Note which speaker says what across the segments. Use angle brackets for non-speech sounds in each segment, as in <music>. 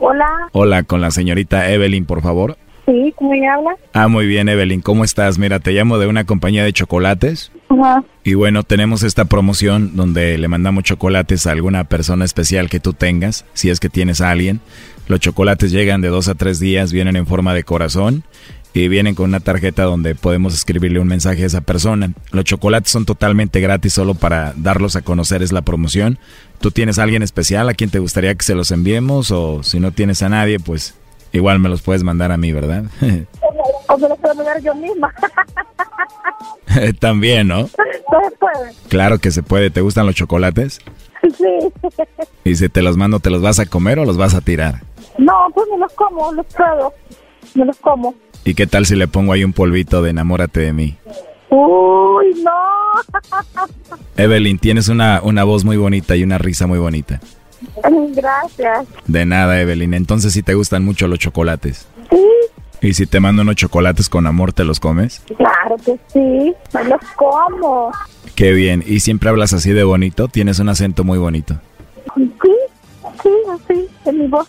Speaker 1: Hola,
Speaker 2: Hola, con la señorita Evelyn, por favor.
Speaker 1: sí, ¿cómo ella habla?
Speaker 2: Ah, muy bien, Evelyn, ¿cómo estás? Mira, te llamo de una compañía de chocolates.
Speaker 1: Ajá.
Speaker 2: Y bueno, tenemos esta promoción donde le mandamos chocolates a alguna persona especial que tú tengas, si es que tienes a alguien. Los chocolates llegan de dos a tres días, vienen en forma de corazón y vienen con una tarjeta donde podemos escribirle un mensaje a esa persona. Los chocolates son totalmente gratis solo para darlos a conocer, es la promoción. ¿Tú tienes a alguien especial a quien te gustaría que se los enviemos? O si no tienes a nadie, pues igual me los puedes mandar a mí, ¿verdad? <laughs>
Speaker 1: O me lo puedo mandar yo misma. <laughs>
Speaker 2: <laughs> También, ¿no?
Speaker 1: No se puede.
Speaker 2: Claro que se puede. ¿Te gustan los chocolates?
Speaker 1: Sí.
Speaker 2: Y si te los mando, ¿te los vas a comer o los vas a tirar?
Speaker 1: No, pues me los como, los puedo. Me los como.
Speaker 2: ¿Y qué tal si le pongo ahí un polvito de enamórate de mí?
Speaker 1: Uy, no. <laughs>
Speaker 2: Evelyn, tienes una, una voz muy bonita y una risa muy bonita.
Speaker 1: Gracias.
Speaker 2: De nada, Evelyn. Entonces si te gustan mucho los chocolates.
Speaker 1: Sí,
Speaker 2: ¿Y si te mando unos chocolates con amor, te los comes?
Speaker 1: claro que sí. Me los como.
Speaker 2: Qué bien. ¿Y siempre hablas así de bonito? Tienes un acento muy bonito.
Speaker 1: Sí, sí, así, en mi voz.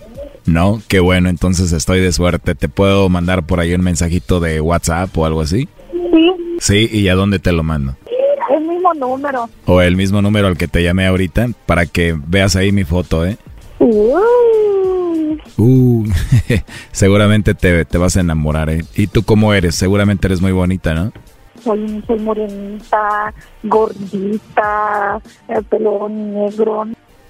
Speaker 2: No, qué bueno, entonces estoy de suerte. ¿Te puedo mandar por ahí un mensajito de WhatsApp o algo así?
Speaker 1: Sí,
Speaker 2: Sí, ¿y a dónde te lo mando?
Speaker 1: el mismo número.
Speaker 2: O el mismo número al que te llamé ahorita para que veas ahí mi foto, ¿eh?
Speaker 1: Uy.
Speaker 2: Uh, <laughs> seguramente te, te vas a enamorar, ¿eh? ¿Y tú cómo eres? Seguramente eres muy bonita, ¿no?
Speaker 1: soy, soy morenita, gordita, eh, pelo negro.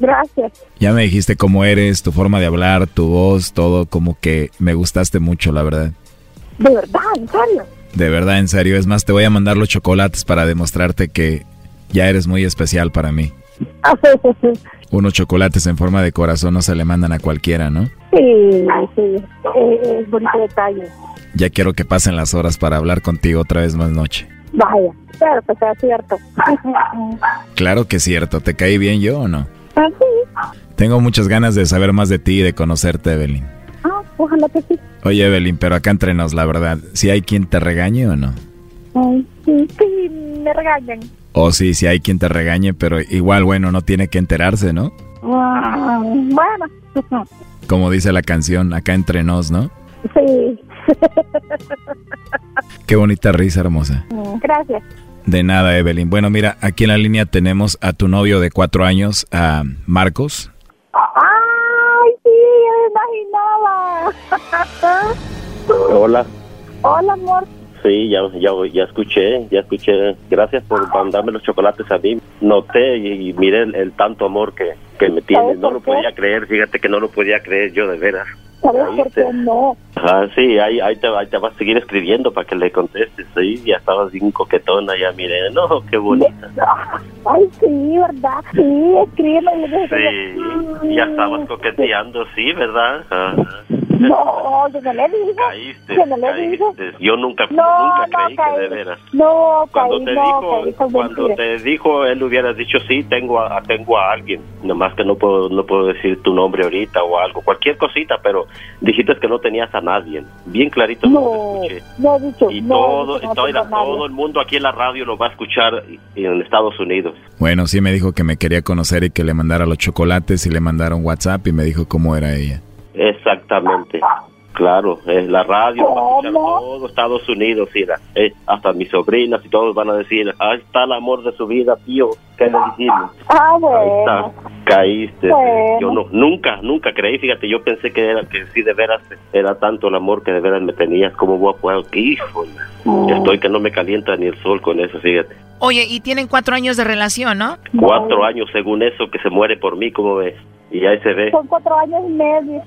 Speaker 1: Gracias.
Speaker 2: Ya me dijiste cómo eres, tu forma de hablar, tu voz, todo, como que me gustaste mucho, la verdad.
Speaker 1: De verdad, en serio. <laughs>
Speaker 2: De verdad, en serio. Es más, te voy a mandar los chocolates para demostrarte que ya eres muy especial para mí.
Speaker 1: Ah, sí, sí, sí.
Speaker 2: Unos chocolates en forma de corazón no se le mandan a cualquiera, ¿no?
Speaker 1: Sí, sí. Eh, es bonito detalle.
Speaker 2: Ya quiero que pasen las horas para hablar contigo otra vez más noche.
Speaker 1: Vaya, claro que sea cierto. <laughs>
Speaker 2: Claro que es cierto, ¿te caí bien yo o no?
Speaker 1: Ah, sí.
Speaker 2: Tengo muchas ganas de saber más de ti y de conocerte, Evelyn.
Speaker 1: Ah, ojalá que sí.
Speaker 2: Oye, Evelyn, pero acá entre nos, la verdad, ¿si hay quien te regañe o no?
Speaker 1: Ay, sí, sí, me regañan.
Speaker 2: O sí, si hay quien te regañe, pero igual, bueno, no tiene que enterarse, ¿no?
Speaker 1: Ah, bueno, <laughs>
Speaker 2: Como dice la canción, acá entre nos, ¿no?
Speaker 1: sí.
Speaker 2: Qué bonita risa, hermosa.
Speaker 3: Mm.
Speaker 1: Gracias.
Speaker 2: De nada, Evelyn. Bueno, mira, aquí en la línea tenemos a tu novio de cuatro años, a Marcos.
Speaker 1: ¡Ay, sí! ¡Me imaginaba!
Speaker 3: Hola.
Speaker 1: Hola, amor.
Speaker 3: Sí, ya, ya, ya escuché, ya escuché. Gracias por mandarme los chocolates a mí. Noté y, y miré el, el tanto amor que, que me tienes.
Speaker 1: ¿Sabes
Speaker 3: No
Speaker 1: por
Speaker 3: lo
Speaker 1: qué?
Speaker 3: podía creer, fíjate que no lo podía creer yo de veras.
Speaker 1: ¿Sabes
Speaker 3: Ahí
Speaker 1: por
Speaker 3: te-
Speaker 1: qué no?
Speaker 3: Ah, sí, ahí, ahí, te, ahí te vas a seguir escribiendo para que le contestes. Sí, ya estabas bien coquetona, ya miré. No, qué bonita.
Speaker 1: <laughs> Ay, sí, ¿verdad? Sí, escríbeme. y le dije, "Mm,
Speaker 3: Sí, ya estabas coqueteando, sí, ¿verdad? Ajá.
Speaker 1: No, yo no le dije.
Speaker 3: Caíste,
Speaker 1: yo no le dije.
Speaker 3: caíste. Yo nunca,
Speaker 1: No,
Speaker 3: nunca creí
Speaker 1: no,
Speaker 3: que de
Speaker 1: caí.
Speaker 3: veras.
Speaker 1: No,
Speaker 3: Cuando
Speaker 1: caí,
Speaker 3: te
Speaker 1: no, caí
Speaker 3: dijo,
Speaker 1: con
Speaker 3: cuando
Speaker 1: mentiras.
Speaker 3: te dijo, él hubiera dicho sí, tengo a, tengo a alguien. Nomás que no puedo, no puedo decir tu nombre ahorita o algo, cualquier cosita, pero dijiste que no tenías a nadie. Bien clarito lo
Speaker 1: No,
Speaker 3: escuché.
Speaker 1: no he dicho.
Speaker 3: Y
Speaker 1: no,
Speaker 3: todo,
Speaker 1: he dicho, no
Speaker 3: todo,
Speaker 1: tengo a nadie.
Speaker 3: todo el mundo aquí en la radio lo va a escuchar en Estados Unidos.
Speaker 2: Bueno, sí me dijo que me quería conocer y que le mandara los chocolates y le mandara un WhatsApp y me dijo cómo era ella.
Speaker 3: Exactamente. Claro, es la radio, lo va a escuchar
Speaker 1: ¿Cómo?
Speaker 3: todo Estados Unidos, mira. Eh, hasta mis sobrinas y todos van a decir, ahí está el amor de su vida, tío, ¿qué le dijimos?
Speaker 1: Ah,
Speaker 3: Ahí
Speaker 1: bueno.
Speaker 3: está, caíste.
Speaker 1: Bueno.
Speaker 3: Yo no, nunca, nunca creí, fíjate, yo pensé que era que sí de veras era tanto el amor que de veras me tenías, como voy a poder, híjole, estoy que no me calienta ni el sol con eso, fíjate.
Speaker 4: Oye, y tienen cuatro años de relación, ¿no?
Speaker 3: Cuatro años según eso que se muere por mí, como ves? Y ahí se ve,
Speaker 1: Son cuatro años y medio.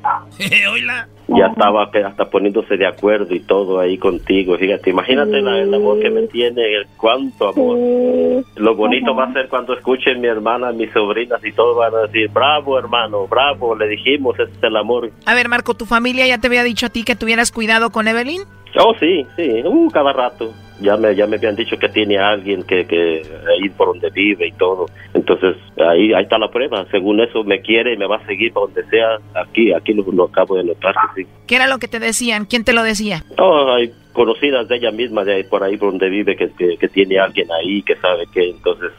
Speaker 3: ya estaba que hasta poniéndose de acuerdo y todo ahí contigo, fíjate, imagínate la- el amor que me tiene, el cuánto amor.
Speaker 1: Sí.
Speaker 3: Lo bonito va a ser cuando escuchen mi hermana, mis sobrinas y todos van a decir, bravo hermano, bravo, le dijimos, este es el amor
Speaker 4: A ver, Marco, ¿tu familia ya te había dicho a ti que tuvieras cuidado con Evelyn?
Speaker 3: Oh, sí, sí, uh, cada rato. Ya me, ya me habían dicho que tiene a alguien que, que ahí por donde vive y todo. Entonces, ahí, ahí está la prueba. Según eso, me quiere y me va a seguir para donde sea. Aquí, aquí lo, lo acabo de notar. que sí.
Speaker 4: ¿Qué era lo que te decían? ¿Quién te lo decía?
Speaker 3: Oh, hay conocidas de ella misma, de ahí, por ahí por donde vive, que, que, que tiene alguien ahí, que sabe que. Entonces,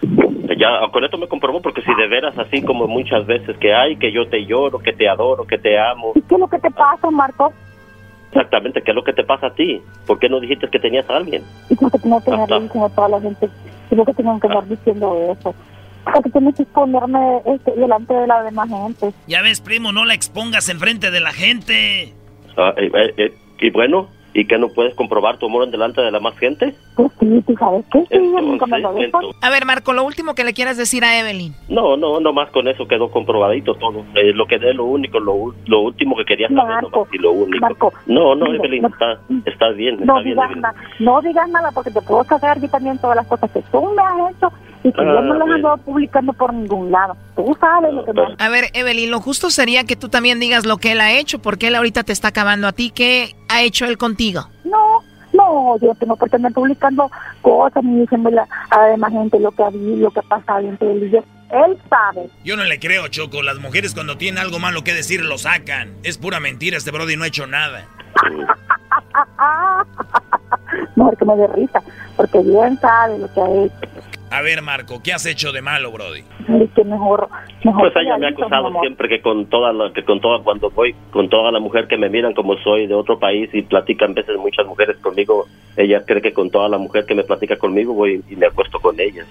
Speaker 3: ya con esto me comprobó, porque si de veras, así como muchas veces que hay, que yo te lloro, que te adoro, que te amo.
Speaker 1: ¿Y qué es lo que te pasa, Marco?
Speaker 3: Exactamente, ¿qué es lo que te pasa a ti? ¿Por qué no dijiste que tenías a alguien?
Speaker 1: Y creo que
Speaker 3: <laughs>
Speaker 1: tengo que andar
Speaker 3: Ajá.
Speaker 1: diciendo a toda la gente, creo que tengo que andar diciendo eso. Porque tengo que exponerme este, delante de la demás gente.
Speaker 5: Ya ves, primo, no la expongas enfrente de la gente.
Speaker 3: Ah, eh, eh, eh, y bueno, ¿y que no puedes comprobar tu amor en delante de la más gente?
Speaker 1: Pues sí, tú sabes qué, sí, yo nunca me lo
Speaker 3: Entonces,
Speaker 1: dijo.
Speaker 3: ento-
Speaker 4: A ver, Marco, lo último que le quieras decir a Evelyn.
Speaker 3: no, no, nomás con eso quedó comprobadito todo. Eh, lo que es lo único, lo, u- lo último que quería saber,
Speaker 1: Marco,
Speaker 3: nomás, y lo único.
Speaker 1: Marco,
Speaker 3: no, no,
Speaker 1: mire,
Speaker 3: Evelyn,
Speaker 1: no-
Speaker 3: está, está bien, está
Speaker 1: No
Speaker 3: bien,
Speaker 1: digas
Speaker 3: Evelyn.
Speaker 1: nada, no digas nada porque te puedo sacar yo también todas las cosas que tú me has hecho y que yo no
Speaker 3: Ah,
Speaker 1: las
Speaker 3: bueno.
Speaker 1: ando publicando por ningún lado. Tú sabes lo que me
Speaker 3: Pero-
Speaker 1: has
Speaker 4: A ver, Evelyn, lo justo sería que tú también digas lo que él ha hecho, porque él ahorita te está acabando a ti. ¿Qué ha hecho él contigo?
Speaker 1: No, no, yo tengo por qué andar publicando cosas ni diciéndole a la demás gente lo que había, lo que ha pasado entre él y yo. Él sabe.
Speaker 5: Yo no le creo, Choco. Las mujeres cuando tienen algo malo que decir lo sacan. Es pura mentira, este Brody no ha hecho nada.
Speaker 1: <laughs> Mejor que me dé risa, porque bien sabe lo que ha hecho.
Speaker 5: A ver, Marco, ¿qué has hecho de malo, Brody?
Speaker 1: Y que mejor, mejor
Speaker 3: Pues
Speaker 1: que
Speaker 3: ella me ha
Speaker 1: ahí, pues, mi
Speaker 3: acusado
Speaker 1: amor.
Speaker 3: siempre que con toda la, que con toda cuando voy, con toda la mujer que me miran como soy de otro país y platican veces muchas mujeres conmigo, ella cree que con toda la mujer que me platica conmigo voy y me acuesto con ellas.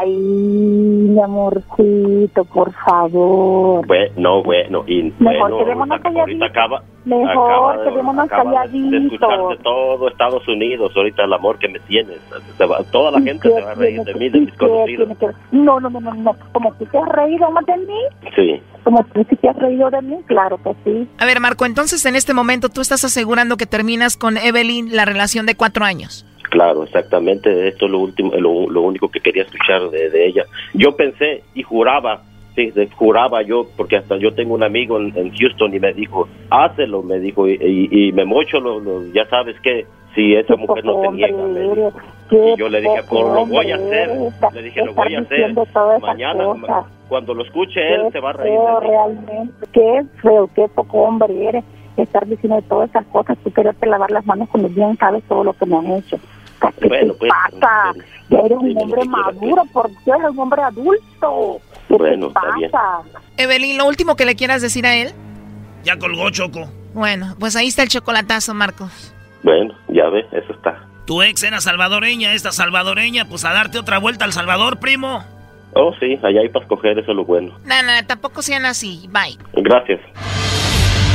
Speaker 1: Ay, mi amorcito, por favor.
Speaker 3: Bueno, bueno, y
Speaker 1: Mejor
Speaker 3: bueno,
Speaker 1: quedémonos
Speaker 3: ahorita- ahorita
Speaker 1: calladitos.
Speaker 3: acaba,
Speaker 1: Mejor
Speaker 3: acaba de-
Speaker 1: quedémonos
Speaker 3: acaba de- de
Speaker 1: calladitos.
Speaker 3: escucharte todo Estados Unidos, ahorita el amor que me tienes, se va- toda la
Speaker 1: ¿Y
Speaker 3: gente
Speaker 1: qué
Speaker 3: se va a reír
Speaker 1: tiene
Speaker 3: de
Speaker 1: que-
Speaker 3: mí, de
Speaker 1: y
Speaker 3: mis
Speaker 1: qué
Speaker 3: conocidos.
Speaker 1: tiene que- No, no, no, no, no. Como tú te has reído más de mí,
Speaker 3: Sí,
Speaker 1: como tú sí te has reído de mí, claro que sí.
Speaker 4: A ver, Marco, entonces en este momento tú estás asegurando que terminas con Evelyn la relación de cuatro años.
Speaker 3: claro, exactamente, esto es lo último, lo, lo único que quería escuchar de, de ella. Yo pensé y juraba, sí, de- juraba yo, porque hasta yo tengo un amigo en, en Houston y me dijo, hácelo, me dijo, y, y- y me mocho, lo, lo- ya sabes que si esa
Speaker 1: Qué
Speaker 3: mujer no
Speaker 1: poco
Speaker 3: te niega,
Speaker 1: hombre
Speaker 3: me dijo.
Speaker 1: eres, qué
Speaker 3: Y yo le dije,
Speaker 1: poco
Speaker 3: pues lo voy a
Speaker 1: hombre
Speaker 3: hacer.
Speaker 1: eres, está-
Speaker 3: Le dije, lo
Speaker 1: estar
Speaker 3: voy a hacer.
Speaker 1: diciendo todas esas
Speaker 3: Mañana,
Speaker 1: cosas.
Speaker 3: ma- cuando lo escuche
Speaker 1: Qué
Speaker 3: él, se va a reír.
Speaker 1: feo
Speaker 3: de mí.
Speaker 1: realmente, qué feo, qué poco hombre eres estar diciendo todas esas cosas, tú quererte lavar las manos cuando bien sabes todo lo que me han hecho. O sea, ¿Qué
Speaker 3: Bueno,
Speaker 1: te
Speaker 3: pues,
Speaker 1: pasa?
Speaker 3: en serio.
Speaker 1: Ya eres
Speaker 3: Sí,
Speaker 1: un
Speaker 3: no
Speaker 1: hombre
Speaker 3: te quiero,
Speaker 1: maduro,
Speaker 3: pues.
Speaker 1: por Dios, eres un hombre adulto. ¿Qué
Speaker 3: Bueno,
Speaker 1: te
Speaker 3: está bien.
Speaker 1: pasa?
Speaker 4: Evelyn, lo último que le quieras decir a él.
Speaker 5: Ya colgó Choco.
Speaker 4: Bueno, pues ahí está el chocolatazo, Marcos.
Speaker 3: Bueno, ya ve, eso está.
Speaker 5: Tu ex era salvadoreña, esta salvadoreña, pues a darte otra vuelta al Salvador, primo.
Speaker 3: Oh, sí, allá hay para escoger, eso es lo bueno.
Speaker 4: Nada, tampoco sean así. Bye.
Speaker 3: Gracias.